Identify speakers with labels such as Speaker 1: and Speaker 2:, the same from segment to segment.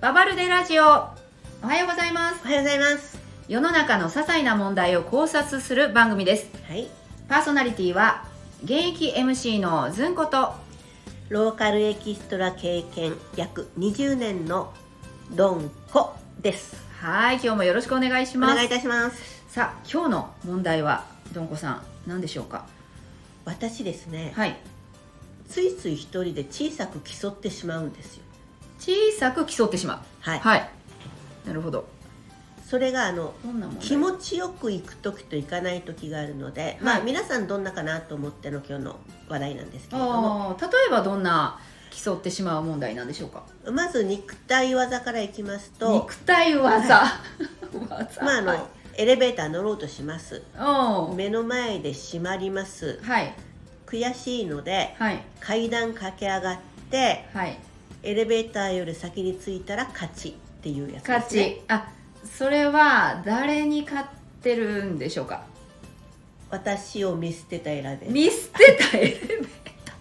Speaker 1: ババルデラジオおはようございます
Speaker 2: おはようございます。
Speaker 1: 世の中の些細な問題を考察する番組です
Speaker 2: はい。
Speaker 1: パーソナリティは現役 MC のずんこと
Speaker 2: ローカルエキストラ経験約20年のドンコです。
Speaker 1: はい今日もよろしくお願いし
Speaker 2: お
Speaker 1: ます
Speaker 2: 願いいたします。
Speaker 1: さあ今日の問題はどんこさん何でしょうか
Speaker 2: 私ですね、
Speaker 1: はい
Speaker 2: ついつい一人で小さく競ってしまうんですよ。
Speaker 1: 小さく競ってしま
Speaker 2: は
Speaker 1: う
Speaker 2: い。
Speaker 1: はいなるほど
Speaker 2: それがあの
Speaker 1: どんな問題
Speaker 2: 気持ちよく行く時と行かない時があるので、まあ皆さんどんなかなと思っての今日の話題なんですけれども、
Speaker 1: あー例えばどんな競ってしまう問題なんでしょうか
Speaker 2: まず肉体技からいきますと、
Speaker 1: 肉体技、技
Speaker 2: まああの、エレベーター乗ろうとします。
Speaker 1: はい、
Speaker 2: 目の前で閉まります
Speaker 1: うん。はい
Speaker 2: 悔しいので。
Speaker 1: はい
Speaker 2: 階段駆け上がって
Speaker 1: はい
Speaker 2: エレベーターより先に着いたら勝ちっていうやつで
Speaker 1: 勝
Speaker 2: す、ね、
Speaker 1: ちあそれは誰に勝ってるんでしょうか
Speaker 2: 私を見捨てたエラで
Speaker 1: 見捨てたエレベーター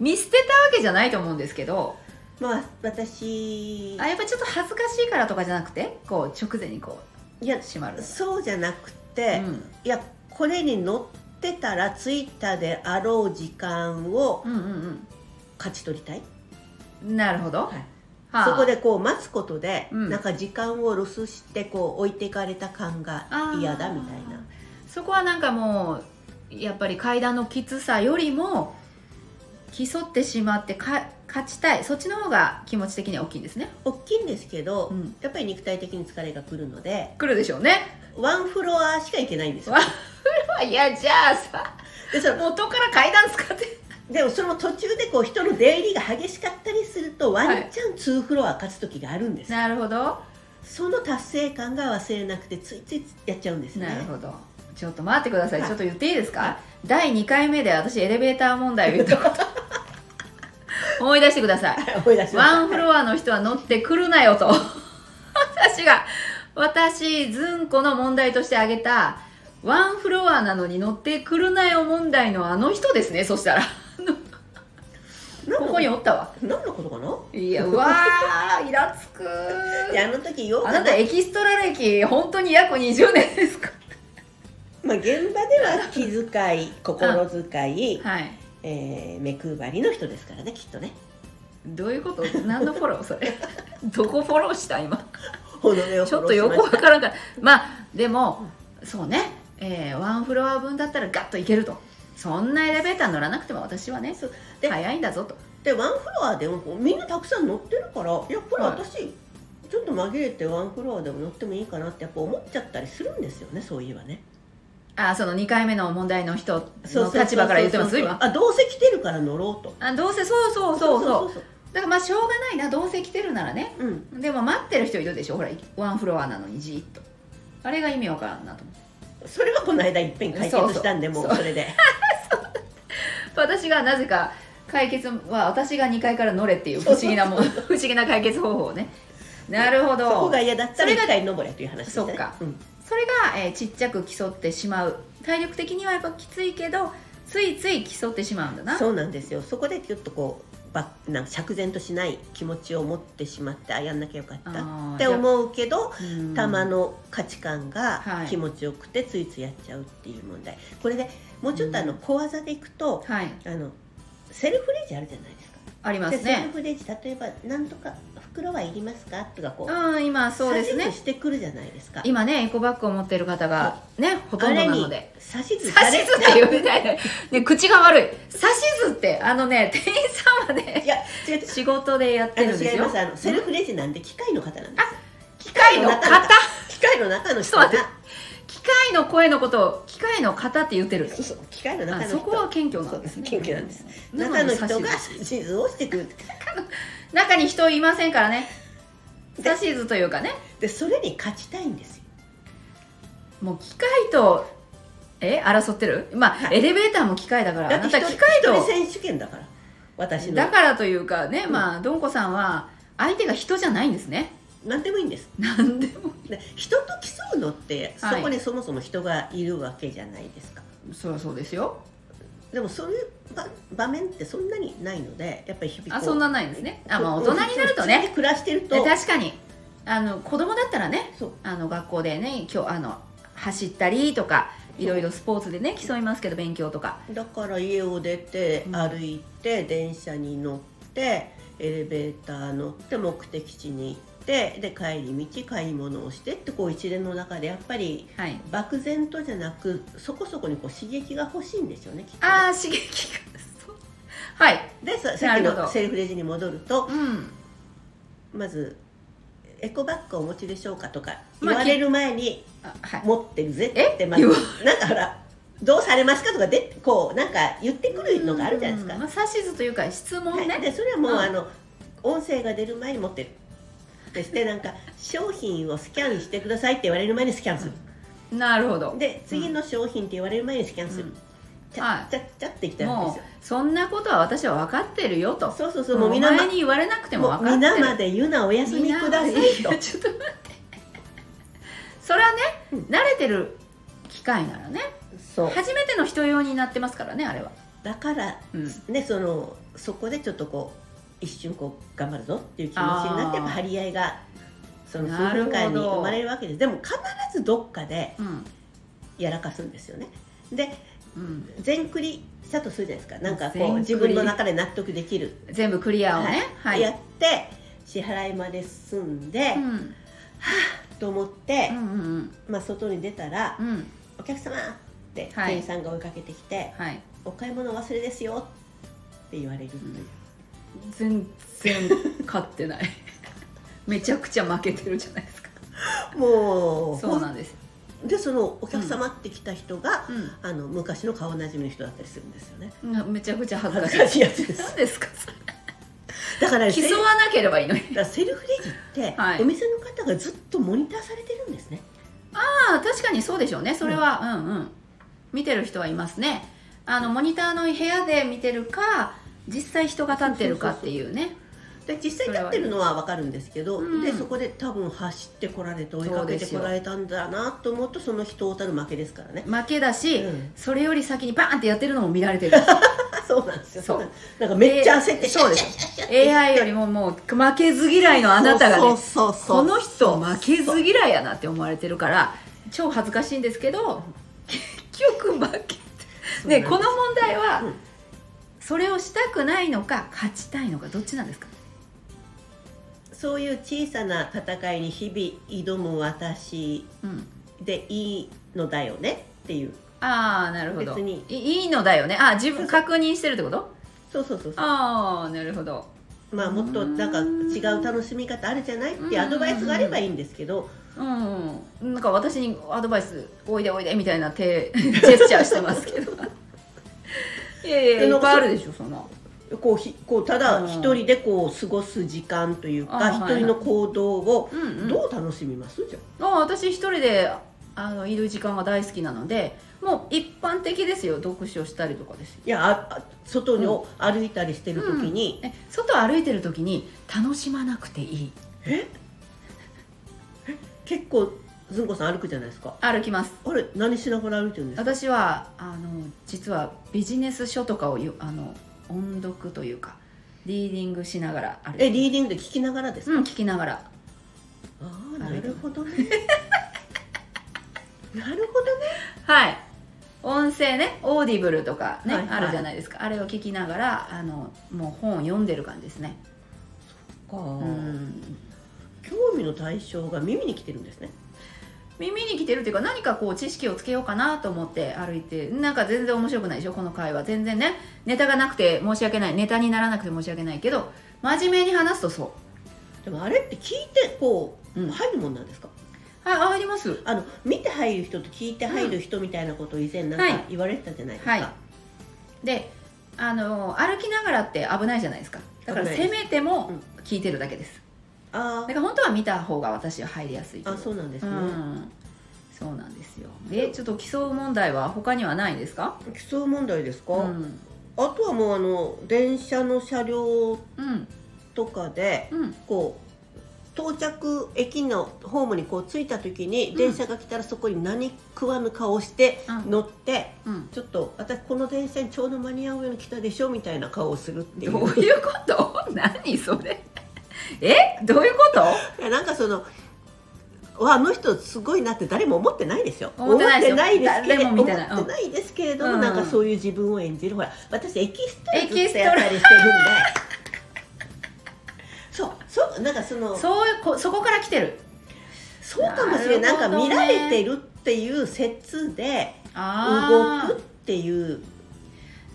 Speaker 1: 見捨てたわけじゃないと思うんですけど
Speaker 2: まあ私
Speaker 1: あやっぱちょっと恥ずかしいからとかじゃなくてこう直前にこ
Speaker 2: いや
Speaker 1: う閉まる
Speaker 2: そうじゃなくて、
Speaker 1: うん
Speaker 2: いやこれに乗ってたら着いたであろう時間を
Speaker 1: うんうん
Speaker 2: 勝ち取りたい、
Speaker 1: うんなるほど、
Speaker 2: はい
Speaker 1: はあ
Speaker 2: そこでこう待つことで、
Speaker 1: うん
Speaker 2: なんか時間をロスしてこう置いていかれた感が嫌だみたいな
Speaker 1: そこはなんかもうやっぱり階段のきつさよりも競ってしまってか勝ちたいそっちの方が気持ち的には大きいんですね、
Speaker 2: 大きいんですけど、
Speaker 1: うん、
Speaker 2: やっぱり肉体的に疲れがくるので
Speaker 1: 来るでしょうね
Speaker 2: ワンフロアしか行けないんですよ
Speaker 1: わいやじゃあさ
Speaker 2: でその
Speaker 1: 元から階段使って
Speaker 2: でもその途中でこう人の出入りが激しかったりするとワンチャン2フロア勝つ時があるんです、
Speaker 1: なるほど
Speaker 2: その達成感が忘れなくてついついやっちゃうんですね
Speaker 1: なるほどちょっと待ってください、
Speaker 2: はい
Speaker 1: ちょっと言っていいですか、
Speaker 2: は
Speaker 1: 第2回目で私エレベーター問題を言ったこと 思い出してください
Speaker 2: 思い出しました
Speaker 1: ワンフロアの人は乗ってくるなよと私が私ずんこの問題として挙げたワンフロアなのに乗ってくるなよ問題のあの人ですねそしたら
Speaker 2: 何
Speaker 1: こ
Speaker 2: の
Speaker 1: こにおったわ
Speaker 2: 何のことかない
Speaker 1: やうわーイラつく
Speaker 2: であの時よう
Speaker 1: あ
Speaker 2: か
Speaker 1: なたエキストラ歴本当に約20年ですか
Speaker 2: まあ、現場では気遣い心遣い、
Speaker 1: はい
Speaker 2: えー目配りの人ですからねきっとね
Speaker 1: どういうこと何のフォローそ れどこフォローした今
Speaker 2: ほのめを
Speaker 1: ち
Speaker 2: フ
Speaker 1: ょ
Speaker 2: ォ
Speaker 1: っ
Speaker 2: ロ
Speaker 1: と
Speaker 2: ーし
Speaker 1: よ
Speaker 2: ま
Speaker 1: くわ
Speaker 2: した
Speaker 1: からんからまあでもそうね、えーワンフロア分だったらガッといけるとそんなエレベーター乗らなくても私はね
Speaker 2: そうで
Speaker 1: 早いんだぞと
Speaker 2: でワンフロアでもこうみんなたくさん乗ってるからいやこれ
Speaker 1: はい
Speaker 2: 私、ちょっと紛れてワンフロアでも乗ってもいいかなってやっぱ思っちゃったりするんですよねそういえばね
Speaker 1: あーその2回目の問題の人の立場から言ってます今
Speaker 2: あどうせ来てるから乗ろうと
Speaker 1: あどうせそうそうそうそう
Speaker 2: うそう
Speaker 1: だからまあしょうがないなどうせ来てるならね
Speaker 2: うん
Speaker 1: でも待ってる人いるでしょほらワンフロアなのにじーっとあれが意味わからんなと思って
Speaker 2: それはこの間いっぺん解決したんで
Speaker 1: そうそう
Speaker 2: もうそれで
Speaker 1: 私がなぜか解決は私が2階から乗れっていう不思議なもん不思議な解決方法をねなるほ
Speaker 2: そこ
Speaker 1: ど
Speaker 2: が嫌だった
Speaker 1: そ
Speaker 2: ら
Speaker 1: れ
Speaker 2: 一
Speaker 1: が
Speaker 2: 回登れという話ですね
Speaker 1: そっか
Speaker 2: うん
Speaker 1: それが、えーちっちゃく競ってしまう体力的にはやっぱきついけどついつい競ってしまうんだな
Speaker 2: そうなんですよそこでちょっとこうばなんか釈然としない気持ちを持ってしまってあやんなきゃよかったっ
Speaker 1: あー
Speaker 2: て思うけど
Speaker 1: じゃあうん
Speaker 2: 玉の価値観
Speaker 1: は
Speaker 2: が
Speaker 1: い
Speaker 2: 気持ちよくてついついやっちゃうっていう問題これでもうちょっとあの小技でいくと、
Speaker 1: はい
Speaker 2: あのセルフレジあるじゃないですか
Speaker 1: ありま
Speaker 2: ですセル
Speaker 1: ね
Speaker 2: フレジ例えば「なんとか袋はいりますか?」とかこう
Speaker 1: うん今そうです
Speaker 2: 指
Speaker 1: ね
Speaker 2: 図してくるじゃないですか
Speaker 1: 今ねエコバッグを持っている方がねほと
Speaker 2: あ
Speaker 1: んど
Speaker 2: れ
Speaker 1: な
Speaker 2: に
Speaker 1: ので
Speaker 2: 指図
Speaker 1: 指図って言うみたいで、ね、口が悪い指図ってあのね店員さんはね
Speaker 2: いや違う
Speaker 1: 仕事でやってるんです
Speaker 2: 違い
Speaker 1: よ
Speaker 2: ますあのセルフレジなんで機械の方なんで
Speaker 1: 機械の
Speaker 2: 機械の
Speaker 1: 型
Speaker 2: 中す機械の中の
Speaker 1: ち
Speaker 2: 人
Speaker 1: ょっ
Speaker 2: が
Speaker 1: と待機械の声のことを機械の型って言ってる
Speaker 2: そうそう機械の中
Speaker 1: あ
Speaker 2: の人
Speaker 1: そこは謙虚なんですね
Speaker 2: そう謙虚なんです
Speaker 1: なの
Speaker 2: 中の
Speaker 1: に指
Speaker 2: 人
Speaker 1: 図
Speaker 2: が指図をしてくる
Speaker 1: 中に人いませんからね
Speaker 2: で
Speaker 1: 指図というかね
Speaker 2: でそれに勝ちたいんですよ
Speaker 1: もう機械とえ争ってるまあ、
Speaker 2: はい
Speaker 1: エレベーターも機械だからあ
Speaker 2: だ
Speaker 1: な
Speaker 2: って
Speaker 1: た
Speaker 2: 一人
Speaker 1: 機械
Speaker 2: 一人
Speaker 1: と
Speaker 2: 選手権だから私の
Speaker 1: だからというかね、
Speaker 2: うん
Speaker 1: まあどんこさんは相手が人じゃないんですね
Speaker 2: 何でもいいんです
Speaker 1: なんでも
Speaker 2: で人と競うのって、
Speaker 1: はい
Speaker 2: そこにそもそも人がいるわけじゃないですか
Speaker 1: そりゃそうですよ
Speaker 2: でもそういう場場面ってそんなにないのでやっぱり日々
Speaker 1: あ
Speaker 2: こう
Speaker 1: そんなないんですねあまあ大人になると
Speaker 2: 普通
Speaker 1: ね
Speaker 2: に暮らしてると
Speaker 1: え確かにあの子供だったらね
Speaker 2: そう
Speaker 1: あの学校でね今日あの走ったりとかいろいろスポーツでね競いますけど勉強とか
Speaker 2: だから家を出て
Speaker 1: うん
Speaker 2: 歩いて、電車に乗ってエレベーター乗って目的地に行ってで帰り道買い物をしてってこう一連の中でやっぱり
Speaker 1: はい
Speaker 2: 漠然とじゃなくそこそこにこう刺激が欲しいんですよねきっとね
Speaker 1: ああ刺激がそうはい
Speaker 2: でささっき
Speaker 1: なるほ
Speaker 2: の
Speaker 1: ど
Speaker 2: セルフレジに戻ると
Speaker 1: うん
Speaker 2: まず「エコバッグをお持ちでしょうか?」とか
Speaker 1: まあ
Speaker 2: 言われる前に
Speaker 1: あは
Speaker 2: 「
Speaker 1: い
Speaker 2: 持ってるぜ」
Speaker 1: え
Speaker 2: ってま
Speaker 1: 言わ
Speaker 2: ずなんかほら「どうされますか?」とかでこうなんか言ってくるのがあるじゃないですか
Speaker 1: うんまあ、指図というか質問
Speaker 2: はい、
Speaker 1: ね、
Speaker 2: でそれはもう、
Speaker 1: うん
Speaker 2: あの音声が出る前に持ってるでしてなんか商品をスキャンしてくださいって言われる前にスキャンする
Speaker 1: なるほど
Speaker 2: で次の商品って言われる前にスキャンする、
Speaker 1: うん
Speaker 2: ち
Speaker 1: は
Speaker 2: ゃ
Speaker 1: い
Speaker 2: っちゃっちゃっていきたいわけです
Speaker 1: も
Speaker 2: よ
Speaker 1: うそんなことは私は分かってるよと
Speaker 2: そうそうそう
Speaker 1: も
Speaker 2: も
Speaker 1: う
Speaker 2: う皆ま
Speaker 1: 前に言われなくても
Speaker 2: も
Speaker 1: 分かっ
Speaker 2: う
Speaker 1: てる
Speaker 2: 皆まで言うなお休みくださいと
Speaker 1: やちょっと待ってそれはね、
Speaker 2: うん
Speaker 1: 慣れてる機会ならね
Speaker 2: そう
Speaker 1: 初めての人用になってますからねあれは、
Speaker 2: だから
Speaker 1: うん、
Speaker 2: ねそのそこでちょっとこう一瞬こう頑張るぞっていう気持ちになって
Speaker 1: あー
Speaker 2: やっぱ張り合いがその
Speaker 1: なる
Speaker 2: 数
Speaker 1: ほど
Speaker 2: 分間に生まれるわけですでも必ずどっかで
Speaker 1: うん
Speaker 2: やらかすんですよねで
Speaker 1: うん、
Speaker 2: 全クリしたとするじゃないですかなんか
Speaker 1: 全
Speaker 2: こ
Speaker 1: ク
Speaker 2: う
Speaker 1: リ
Speaker 2: 自分の中で納得できる、
Speaker 1: 全部クリアをねはい、
Speaker 2: やって支払いまで済んで、
Speaker 1: うん、
Speaker 2: と思って
Speaker 1: うんう、ん
Speaker 2: まあ、外に出たら
Speaker 1: う、んうん
Speaker 2: お客様って
Speaker 1: はい
Speaker 2: 店員さんが追いかけてきて、
Speaker 1: はい
Speaker 2: お買い物忘れですよって言われるっていう、
Speaker 1: 全然勝ってない めちゃくちゃ負けてるじゃないですか
Speaker 2: もう
Speaker 1: そうなんです、
Speaker 2: でそのお客様って来た人が、
Speaker 1: う
Speaker 2: あの昔の顔なじみの人だったりするんですよね
Speaker 1: ん、めちゃくちゃ恥ずか
Speaker 2: 恥
Speaker 1: し
Speaker 2: ず
Speaker 1: い
Speaker 2: かしいやつです
Speaker 1: 何ですかそれ
Speaker 2: だからセル
Speaker 1: 競わなければいいのに
Speaker 2: だからセルフレジって、
Speaker 1: はい
Speaker 2: お店の方がずっとモニターされてるんですね
Speaker 1: まあ確かにそうでしょうねそれは、うん、うん見てる人はいますねあのモニターの部屋で見てるか実際人が立ってるかっていうね
Speaker 2: で実際立ってるのは分かるんですけど、
Speaker 1: うん
Speaker 2: でそこで多分走ってこられて追いかけてこられたんだなと思うとその人をたる負けですからね、
Speaker 1: 負けだし、
Speaker 2: うん
Speaker 1: それより先にバーンってやってるのも見られて る
Speaker 2: あ そうなんですよ
Speaker 1: そう
Speaker 2: そうなんですなんかめっちゃ焦って、
Speaker 1: でそうです AI よりももう負けず嫌いのあなたがね
Speaker 2: そうそうそう
Speaker 1: この人負けず嫌いやなって思われてるから超恥ずかしいんですけど結局負けて
Speaker 2: そうなんで
Speaker 1: ね
Speaker 2: す
Speaker 1: この問題は、
Speaker 2: うん
Speaker 1: それをしたくないのか勝ちたいのかどっちなんですか
Speaker 2: そういう小さな戦いに日々挑む私
Speaker 1: うん
Speaker 2: でいいのだよねっていう
Speaker 1: ああなるほど
Speaker 2: 別に
Speaker 1: いいいのだよねあ自
Speaker 2: そう
Speaker 1: 分
Speaker 2: そう
Speaker 1: 確認してるってこと
Speaker 2: そうそうそうそう
Speaker 1: ああなるほど
Speaker 2: まあもっとなんか違う楽しみ方あるじゃないってアドバイスがあればいいんですけど
Speaker 1: うんなんか私にアドバイス「おいでおいで」みたいな手 ジェスチャーしてますけど いやいや
Speaker 2: で
Speaker 1: い
Speaker 2: な
Speaker 1: っ
Speaker 2: んか
Speaker 1: ぱいあ
Speaker 2: そ
Speaker 1: るでしょそんな
Speaker 2: こうひこうただ
Speaker 1: うん
Speaker 2: 一人でこう過ごす時間という
Speaker 1: あ
Speaker 2: か
Speaker 1: はい
Speaker 2: 一
Speaker 1: はい
Speaker 2: 人の行動を
Speaker 1: うんうん
Speaker 2: どう楽しみますじゃん
Speaker 1: あ私一人であのいる時間が大好きなのでもう一般的ですよ読書したりとかですよ
Speaker 2: いやああ外を歩いたりしてる時に、
Speaker 1: え外歩いてる時に楽しまなくていい
Speaker 2: ええ結構ずんこさん歩くじゃないですか
Speaker 1: 歩きます
Speaker 2: あれ何しながら歩いてるんですか
Speaker 1: 私はあの実はビジネス書とかをよあの音読というかリーディングしながら歩いて
Speaker 2: えリーディングで聞きながらですか、
Speaker 1: うん聞きながら
Speaker 2: ああなるほどねなるほどね
Speaker 1: はい音声ねオーディブルとかね、
Speaker 2: はいはい
Speaker 1: あるじゃないですかあれを聞きながらあのもう本を読んでる感じですねうん
Speaker 2: 興味の対象が耳に来てるんですね
Speaker 1: 耳に来てるっていうか何かこう知識をつけようかなと思って歩いてなんか全然面白くないでしょこの会話全然ねネタがなくて申し訳ないネタにならなくて申し訳ないけど真面目に話すとそ
Speaker 2: でもあれって聞いてこう、
Speaker 1: うん
Speaker 2: 入るもんなんですか
Speaker 1: うはいあ入ります
Speaker 2: あの見て入る人と聞いて入る人みたいなことを以前なん
Speaker 1: は
Speaker 2: か
Speaker 1: い
Speaker 2: 言われてたじゃないですか、
Speaker 1: はいであの歩きながらって危ないじゃないですかだから
Speaker 2: 危ない
Speaker 1: せ
Speaker 2: です
Speaker 1: めても聞いてるだけです
Speaker 2: あ
Speaker 1: だから本当は見た方が私は入りやすい
Speaker 2: ーあそううなんで
Speaker 1: です
Speaker 2: ね、
Speaker 1: ん、そうなんですよでちょっと基礎問題は他にはないですか
Speaker 2: 基礎問題ですか、
Speaker 1: うん
Speaker 2: あとはもうあの電車の車両
Speaker 1: うん
Speaker 2: とかで
Speaker 1: うん
Speaker 2: こう到着駅のホームにこう着いた時に、
Speaker 1: うん
Speaker 2: 電車が来たらそこに何食わぬ顔をして
Speaker 1: うん
Speaker 2: 乗って、
Speaker 1: うん、
Speaker 2: ちょっと私この電車にちょうど間に合うように来たでしょみたいな顔をするっていう
Speaker 1: どういうこと何それえどういうこと
Speaker 2: いやなんかそのわあの人すごいなって誰も思ってないですよ
Speaker 1: 思ってないですよ
Speaker 2: です
Speaker 1: 誰
Speaker 2: けれど
Speaker 1: も
Speaker 2: 思
Speaker 1: 見
Speaker 2: って
Speaker 1: ないうん
Speaker 2: ないですけれども、
Speaker 1: うん
Speaker 2: なんかそういう自分を演じるほら私エキストラず
Speaker 1: エキ
Speaker 2: っ
Speaker 1: スト
Speaker 2: と
Speaker 1: ラ
Speaker 2: やったりしてるんでそうそうなんかそのそう
Speaker 1: そういうこそこから来てる
Speaker 2: かもしれない
Speaker 1: な
Speaker 2: な
Speaker 1: る
Speaker 2: ん
Speaker 1: ほどね
Speaker 2: か見られてるっていう説で動
Speaker 1: あ
Speaker 2: くっていう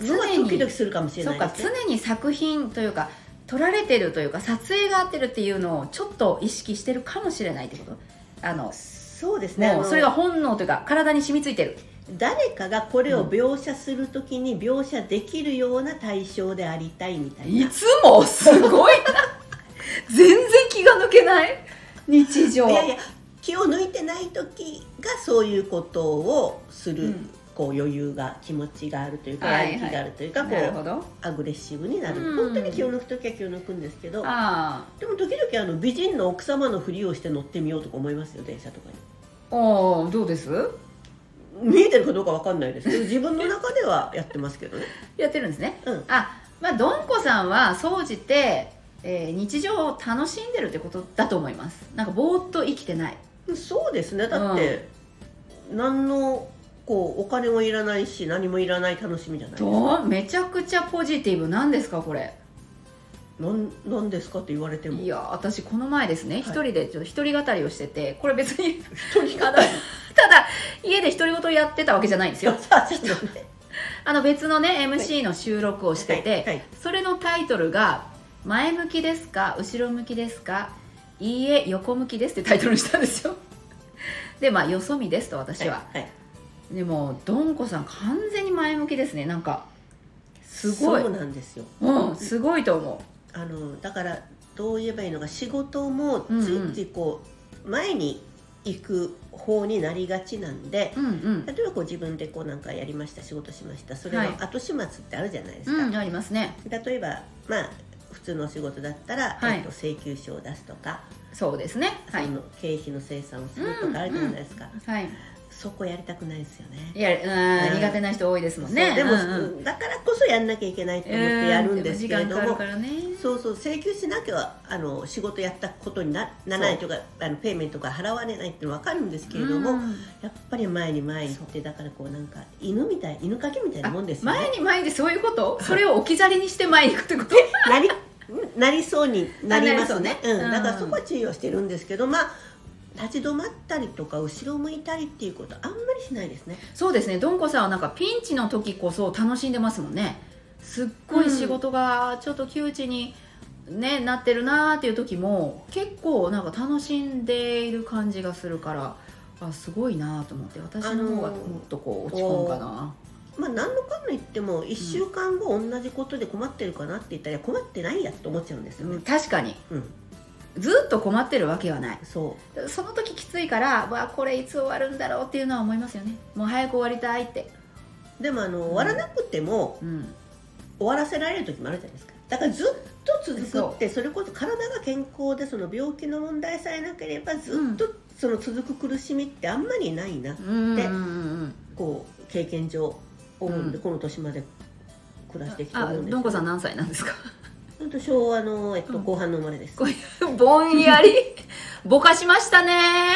Speaker 1: ー
Speaker 2: のは
Speaker 1: 常
Speaker 2: ドキド
Speaker 1: に
Speaker 2: キするかもしれ
Speaker 1: そう
Speaker 2: ない
Speaker 1: か
Speaker 2: ですね。
Speaker 1: 常に作品というか撮られてるというか撮影が合ってるっていうのをちょっと意識してるかもしれないってことあの
Speaker 2: そうですね。あ
Speaker 1: もう
Speaker 2: の
Speaker 1: それが本能というか体に染みついてる
Speaker 2: 誰かがこれを描写するときに描写できるような対象でありたいみたいな。
Speaker 1: つもすごいな全然気が抜けない日常
Speaker 2: いやいや気を抜いてない時がそういうことをする、
Speaker 1: うん
Speaker 2: こう余裕が気持ちがあるというか、
Speaker 1: はいはい
Speaker 2: やる気があるというかこ
Speaker 1: なるほ
Speaker 2: う
Speaker 1: ど
Speaker 2: アグレッシブになる、
Speaker 1: うん
Speaker 2: 本当に気を抜く時は気を抜くんですけど
Speaker 1: あ
Speaker 2: でも時々あの美人の奥様のふりをして乗ってみようとか思いますよ電車とか
Speaker 1: あおーどうです
Speaker 2: に見えてるかどうかわかんないですけど自分の中ではやってますけどね
Speaker 1: やってるんですね
Speaker 2: うん
Speaker 1: あまあどんこさんは総じて、えー日常を楽しんでるってことだと思いますなんかぼーっと生きてない
Speaker 2: そうですねだって、何のこうお金もいらないし何もいらない楽しみじゃないですか
Speaker 1: どうめちゃくちゃポジティブなんですかこれ
Speaker 2: なんなんですかって言われても
Speaker 1: いや私この前ですね
Speaker 2: い
Speaker 1: 一、人でちょっと一人語りをしててこれ別 に
Speaker 2: 人にかない
Speaker 1: ただ家で独り言やってたわけじゃないんですよ
Speaker 2: さあちょっ とね
Speaker 1: あの別のね MC の収録をしてて、
Speaker 2: はいはい
Speaker 1: それのタイトルが「前向きですか後ろ向きですかいいえ横向きです」ってタイトルにしたんですよ でまあよそ見ですと私は、
Speaker 2: いい
Speaker 1: でもどんこさん完全に前向きですねなんかすごい
Speaker 2: そう
Speaker 1: う
Speaker 2: なんですよ
Speaker 1: んすごいと思
Speaker 2: あのだからどう言えばいいのか仕事も
Speaker 1: うんうん
Speaker 2: ついついこう前に行く方になりがちなんで
Speaker 1: ううんうん
Speaker 2: 例えばこう自分でこうなんかやりました仕事しましたそれ
Speaker 1: はい
Speaker 2: の後始末ってあるじゃないですか、
Speaker 1: うんありますね
Speaker 2: 例えばまあ普通のお仕事だったら、
Speaker 1: はい
Speaker 2: えっと請求書を出すとか、
Speaker 1: そうですねはい
Speaker 2: その経費の精算をするとかあるじゃないですか、
Speaker 1: はい
Speaker 2: そこやりたくないですよね
Speaker 1: いやう
Speaker 2: うんん
Speaker 1: 苦手な人多いですもん
Speaker 2: そ
Speaker 1: ね
Speaker 2: うでも、
Speaker 1: うんうん
Speaker 2: だからこそやんなきゃいけないと思ってやるんですけれど
Speaker 1: うんで
Speaker 2: も
Speaker 1: 時間かかるからね
Speaker 2: そうそう請求しなきゃあの仕事やったことになならないとかあのペイメントが払われないって分かるんですけれども、
Speaker 1: うん
Speaker 2: やっぱり前に前に行ってだからこうなんか犬みたい犬かきみたいなもんですよ
Speaker 1: 前
Speaker 2: ね
Speaker 1: に前にそういうことそれを置き去りにして前に行くってこと
Speaker 2: なりなりそうになりますね
Speaker 1: あなりそうね
Speaker 2: う
Speaker 1: うん
Speaker 2: ん、だからそこは注意をしてるんですけどまあ立ち止まったりとか後ろ向いたりっていうことあんまりしないですね
Speaker 1: そうですねどんこさんはなんかピンチの時こそ楽しんでますもんねすっごい仕事がちょっと窮地に、ね、なってるなーっていう時も結構なんか楽しんでいる感じがするからあすごいなーと思って私の方が
Speaker 2: あのー
Speaker 1: もっとこう落ち込むかな、
Speaker 2: まあ何のかんの言っても1週間後同じことで困ってるかなって言ったらいや困ってないやと思っちゃうんですよ
Speaker 1: うん
Speaker 2: ね
Speaker 1: 確かに
Speaker 2: うん
Speaker 1: ずっと困ってるわけはない
Speaker 2: そう
Speaker 1: その時きついからわあこれいつ終わるんだろうっていうのは思いますよねもう早く終わりたいって、
Speaker 2: でもあの終わらなくても
Speaker 1: うん、
Speaker 2: 終わらせられる時もあるじゃないですかだからずっと続くってそれこそ体が健康でその病気の問題さえなければずっとその続く苦しみってあんまりないな、
Speaker 1: うんうんうんうん
Speaker 2: こう経験上思うんで、
Speaker 1: う
Speaker 2: この年まで暮らしてきて
Speaker 1: あ
Speaker 2: るんです
Speaker 1: どんこさん何歳なんですか
Speaker 2: 本当昭和の、えっと、
Speaker 1: うん
Speaker 2: 後半の生まれです、
Speaker 1: こ ぼんやりぼかしましたね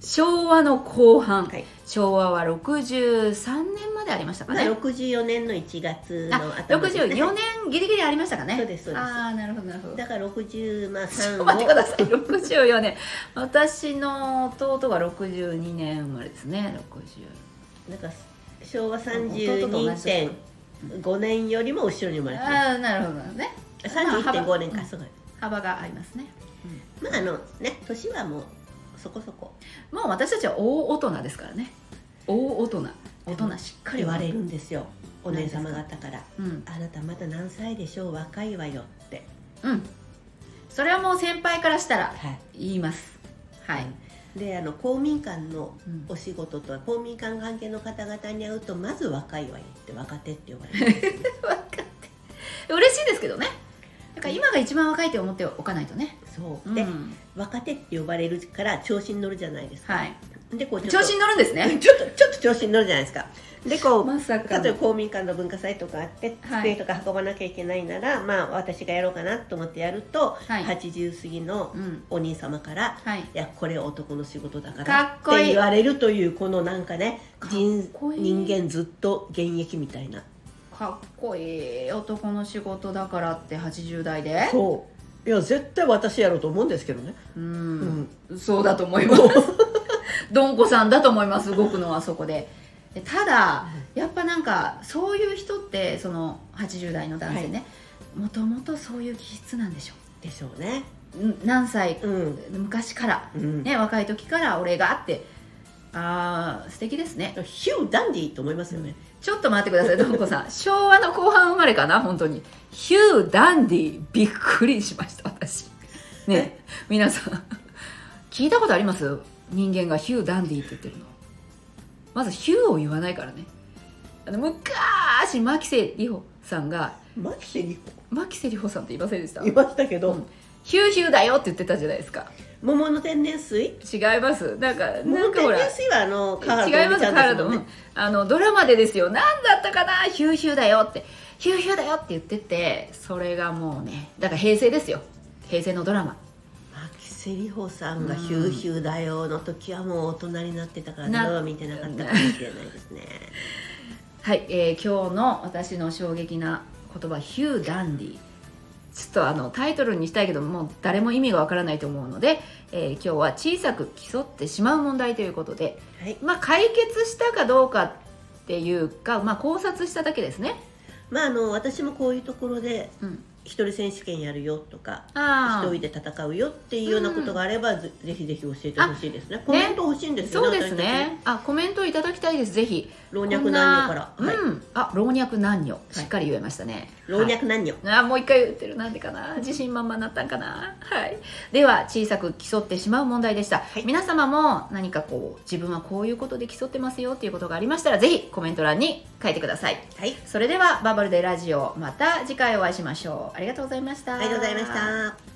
Speaker 1: 昭和の後半、
Speaker 2: はい
Speaker 1: 昭和は63年までありましたか
Speaker 2: まあ、
Speaker 1: ね
Speaker 2: 64年の1月
Speaker 1: あ
Speaker 2: の頭です、ね、
Speaker 1: 64年ギリギリありましたかね
Speaker 2: そうですそうです
Speaker 1: ああなるほどなるほど
Speaker 2: だから63、ま あ、
Speaker 1: ちょっ
Speaker 2: 3
Speaker 1: と 待ってく
Speaker 2: を
Speaker 1: ださい64年私の弟が62年生まれですね
Speaker 2: だから昭和
Speaker 1: 弟と同じだ
Speaker 2: 32.5年よりも後ろに生まれ
Speaker 1: 60
Speaker 2: てま
Speaker 1: ああなるほどね
Speaker 2: す31.5年かすごい
Speaker 1: 幅がありますね
Speaker 2: まああのね年はもうそこそこ
Speaker 1: もう私たちは大大人ですからね大大人大人しっ
Speaker 2: しっ
Speaker 1: か
Speaker 2: かり
Speaker 1: り割
Speaker 2: 割れ
Speaker 1: れ
Speaker 2: る
Speaker 1: る、
Speaker 2: んですよお姉様方から
Speaker 1: うん
Speaker 2: 「あなたまだ何歳でしょう若いわよ」って
Speaker 1: うん、それはもう先輩からしたら
Speaker 2: は
Speaker 1: 言います はい、
Speaker 2: いであの公民館の
Speaker 1: うん
Speaker 2: お仕事とは公民館関係の方々に会うとま ず若いわよって若手って呼ばれる
Speaker 1: 嬉しいですけどねから今が一番若いって思っておかないとね、
Speaker 2: そう
Speaker 1: うん
Speaker 2: で、若手って呼ばれるから調子に乗るじゃないですか、
Speaker 1: はい
Speaker 2: でこうちょ
Speaker 1: 調
Speaker 2: っと
Speaker 1: 子に乗るんですね
Speaker 2: ちょっとちょっと調子に乗るじゃないですかでこう
Speaker 1: まさ
Speaker 2: 例
Speaker 1: か
Speaker 2: えば公民館の文化祭とかあって
Speaker 1: はい
Speaker 2: 机とか運ばなきゃいけないなら、まあ私がやろうかなと思ってやると、
Speaker 1: はい
Speaker 2: 80過ぎの
Speaker 1: うん
Speaker 2: お兄様から
Speaker 1: はい
Speaker 2: 「いやこれは男の仕事だから」
Speaker 1: かっこいい
Speaker 2: って言われるというこのなんかね
Speaker 1: かっ
Speaker 2: 人
Speaker 1: こいい
Speaker 2: 人間ずっと現役みたいな
Speaker 1: かっこいい男の仕事だからって80代で
Speaker 2: そういや絶対私やろうと思うんですけどね
Speaker 1: うん、そうだと思います どんこさんだと思います動くのはそこででただやっぱなんかそういう人ってその80代の男性ねもともとそういう気質なんでしょ
Speaker 2: でしょうね
Speaker 1: ん何歳
Speaker 2: うん、
Speaker 1: 昔から、
Speaker 2: うん
Speaker 1: ね、若い時から俺がってあー素敵ですね
Speaker 2: ヒューダンディーと思いますよね、
Speaker 1: ちょっと待ってくだ さいどんこさん昭和の後半生まれかな本当にヒュー・ダンディびっくりしました私ね皆さん聞いたことあります人間がヒュー・ダンディって言ってるのまずヒューを言わないからねあの昔牧瀬里穂さんが
Speaker 2: マジで
Speaker 1: 牧瀬里穂さんって言いませんでした
Speaker 2: いましたけど、
Speaker 1: うんヒューヒューだよって言ってたじゃないですか
Speaker 2: 桃の天然水
Speaker 1: 違いますなんか
Speaker 2: 桃
Speaker 1: な
Speaker 2: の
Speaker 1: んか
Speaker 2: 天
Speaker 1: ほら
Speaker 2: 然水はあの
Speaker 1: 違います
Speaker 2: ちゃ
Speaker 1: カラ
Speaker 2: んです
Speaker 1: ド
Speaker 2: もんね
Speaker 1: あのドラマでですよ何だったかなヒューヒューだよってヒューヒューだよって言っててそれがもうねだから平成ですよ平成のドラマ
Speaker 2: 牧瀬里穂さんが「ヒューヒューだよ」の時はもう大人になってたから
Speaker 1: な
Speaker 2: ドラマ見てなかったかもしれない ですね
Speaker 1: はい、えー今日の私の衝撃な言葉ヒューダンディちょっとあのタイトルにしたいけどもう誰も意味がわからないと思うので、えー今日は小さく競ってしまう問題ということで、
Speaker 2: はい
Speaker 1: まあ、解決したかどうかっていうか、まあ、考察しただけですね。
Speaker 2: まああの私もこういうところで
Speaker 1: うん、
Speaker 2: 一人選手権やるよとか
Speaker 1: あ
Speaker 2: 一
Speaker 1: ー
Speaker 2: 人で戦うよっていうようなことがあれば、ぜぜひぜひ教えてほしいですねコメント欲しいんですよ
Speaker 1: そうですね。あ、コメントいただきたいです。ぜひ。
Speaker 2: 老若男女から
Speaker 1: こんな
Speaker 2: はい
Speaker 1: うん。あ、老若男女。しっかり言えましたね。
Speaker 2: 老
Speaker 1: はい
Speaker 2: 若男女、
Speaker 1: あもう一回言ってるなんでかな自信満々なったんかなはいでは小さく競ってしまう問題でした、
Speaker 2: い
Speaker 1: 皆様も何かこう自分はこういうことで競ってますよっていうことがありましたらぜひコメント欄に書いてください
Speaker 2: はい
Speaker 1: それではバブルでラジオまた次回お会いしましょうありがとうございました
Speaker 2: ありがとうございました